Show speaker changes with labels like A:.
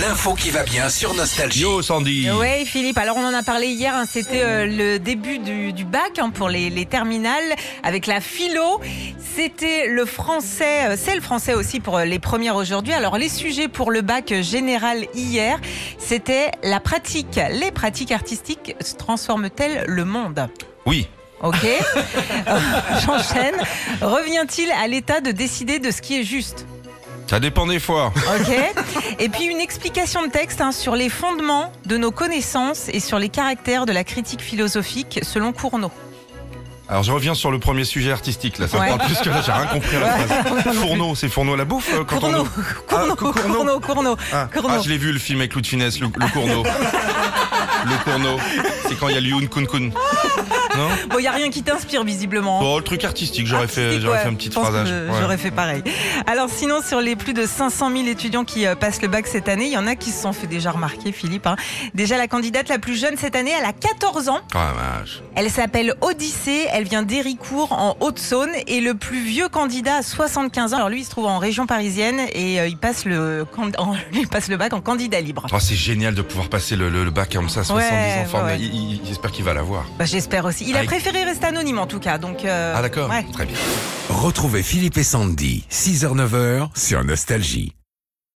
A: L'info qui va bien sur Nostalgie.
B: Yo Sandy
C: Oui, Philippe. Alors, on en a parlé hier. hein, C'était euh, le début du, du bac hein, pour les, les terminales avec la philo. C'était le français. euh, C'est le français aussi pour euh, les premières aujourd'hui. Alors, les sujets pour le bac euh, général hier, c'était la pratique. Les pratiques artistiques se transforment-elles le monde
B: Oui.
C: Ok. J'enchaîne. Revient-il à l'État de décider de ce qui est juste
B: Ça dépend des fois.
C: Ok. Et puis une explication de texte hein, sur les fondements de nos connaissances et sur les caractères de la critique philosophique selon Cournot.
B: Alors je reviens sur le premier sujet artistique là, ça me
C: Ouais.
B: parle plus que là, j'ai rien compris à la phrase. Fourneau, c'est Fourneau la bouffe euh, quand
C: Cournot,
B: on Ah,
C: Cournot,
B: Cou- Cournot.
C: Cournot, Cournot.
B: Ah,
C: Cournot.
B: ah, je l'ai vu le film avec Louis de Funès, le, le Cournot. le Cournot, c'est quand il y a Lyoun Kun Kun. Non
C: Bon, il n'y a rien qui t'inspire visiblement. hein.
B: Bon, le truc artistique, j'aurais fait, j'aurais
C: Ouais,
B: fait un petit
C: je pense
B: phrasage.
C: que
B: hein. Ouais.
C: J'aurais fait pareil. Alors sinon, sur les plus de 500 000 étudiants qui euh, passent le bac cette année, il y en a qui se sont fait déjà remarquer, Philippe. hein. Déjà, la candidate la plus jeune cette année, elle a 14 ans.
B: Ah, vache.
C: Elle s'appelle Odyssée, elle vient d'Héricourt en Haute-Saône et le plus vieux candidat a 75 ans. Alors lui, il se trouve en région parisienne et euh, il, passe le can- en- il passe le bac en candidat libre.
B: Oh, c'est génial de pouvoir passer le, le- le bac comme ça à 70
C: Ouais,
B: enfants.
C: ouais, ouais.
B: Il- il- J'espère qu'il va l'avoir.
C: Bah, J'espère aussi. Il a
B: Ah, il-
C: préféré rester anonyme en tout cas. Donc, euh,
B: Ah d'accord
C: ouais.
B: Très bien.
A: Retrouvez Philippe et Sandy, 6h-9h sur Nostalgie.